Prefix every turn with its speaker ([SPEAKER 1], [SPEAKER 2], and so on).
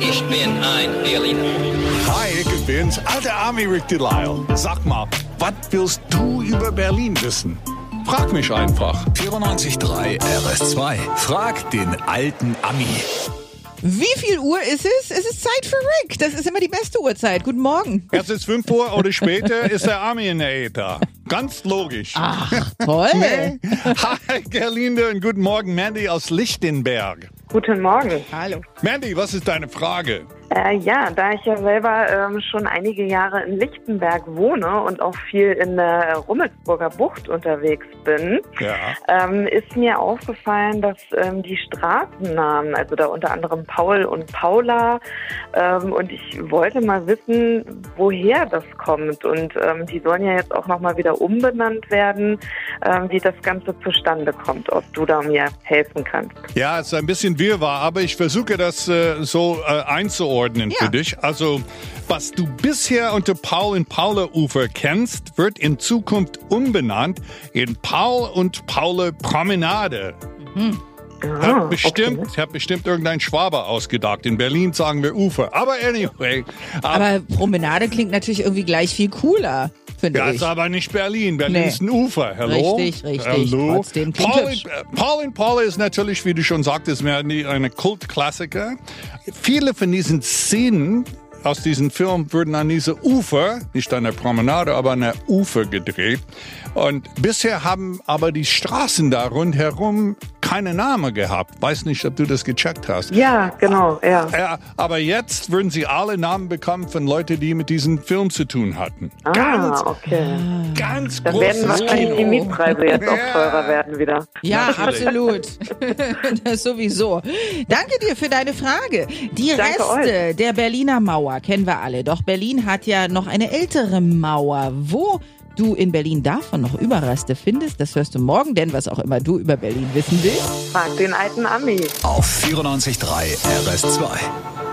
[SPEAKER 1] Ich bin ein Berliner.
[SPEAKER 2] Hi, ich bin's, alter Army Rick Delisle. Sag mal, was willst du über Berlin wissen? Frag mich einfach.
[SPEAKER 3] 94.3 RS2. Frag den alten Ami.
[SPEAKER 4] Wie viel Uhr ist es? Es ist Zeit für Rick. Das ist immer die beste Uhrzeit. Guten Morgen.
[SPEAKER 2] Erst ist 5 Uhr oder später ist der Army in der Äther. Ganz logisch.
[SPEAKER 4] Toll.
[SPEAKER 2] Nee. Hi, Gerlinde und guten Morgen, Mandy aus Lichtenberg.
[SPEAKER 5] Guten Morgen.
[SPEAKER 4] Hallo.
[SPEAKER 2] Mandy, was ist deine Frage?
[SPEAKER 5] Äh, ja, da ich ja selber ähm, schon einige Jahre in Lichtenberg wohne und auch viel in der Rummelsburger Bucht unterwegs bin,
[SPEAKER 2] Ja.
[SPEAKER 5] ähm, ist mir aufgefallen, dass ähm, die Straßennamen, also da unter anderem Paul und Paula, ähm, und ich wollte mal wissen, woher das kommt. Und ähm, die sollen ja jetzt auch nochmal wieder umbenannt werden, ähm, wie das Ganze zustande kommt, ob du da mir helfen kannst.
[SPEAKER 2] Ja, es ist ein bisschen wirrwarr, aber ich versuche das äh, so äh, einzuordnen
[SPEAKER 4] Ja.
[SPEAKER 2] für dich. Also, was du bisher unter Paul und Paula Ufer kennst, wird in Zukunft umbenannt in Paul und Paula Promenade.
[SPEAKER 5] Ah,
[SPEAKER 2] Hat bestimmt, hat bestimmt irgendein Schwaber ausgedacht. In Berlin sagen wir Ufer. Aber anyway, aber,
[SPEAKER 4] Aber Promenade klingt natürlich irgendwie gleich viel cooler, finde
[SPEAKER 2] das
[SPEAKER 4] ich.
[SPEAKER 2] ist aber nicht Berlin. Berlin
[SPEAKER 4] Nee.
[SPEAKER 2] ist ein Ufer. Hallo?
[SPEAKER 4] Richtig, richtig.
[SPEAKER 2] Hallo?
[SPEAKER 4] Trotzdem klingt
[SPEAKER 2] Paul,
[SPEAKER 4] hübsch.
[SPEAKER 2] und- Paul und Paula ist natürlich, wie du schon sagtest, mehr nie eine Kultklassiker. Viele von diesen Szenen aus diesem Film wurden an diese Ufer, nicht an der Promenade, aber an der Ufer gedreht. Und bisher haben aber die Straßen da rundherum keine Namen gehabt. Weiß nicht, ob du das gecheckt hast.
[SPEAKER 5] Ja, genau, ja.
[SPEAKER 2] Ja, aber jetzt würden sie alle Namen bekommen von Leuten, die mit diesem Film zu tun hatten.
[SPEAKER 5] Ah,
[SPEAKER 2] Ganz,
[SPEAKER 5] okay.
[SPEAKER 2] ganz
[SPEAKER 5] Dann werden
[SPEAKER 2] großes
[SPEAKER 5] wahrscheinlich die
[SPEAKER 2] Kino.
[SPEAKER 5] Mietpreise jetzt auch
[SPEAKER 2] Ja.
[SPEAKER 5] teurer werden wieder.
[SPEAKER 4] ja,
[SPEAKER 2] natürlich.
[SPEAKER 4] absolut. das sowieso. Danke dir für deine Frage. Die
[SPEAKER 5] Danke
[SPEAKER 4] Reste der Berliner Mauer kennen wir alle. Doch Berlin hat ja noch eine ältere Mauer. Wo du in Berlin davon noch Überreste findest, das hörst du morgen, denn was auch immer du über Berlin wissen willst.
[SPEAKER 5] Frag den alten Ami.
[SPEAKER 3] Auf 94.3 RS2.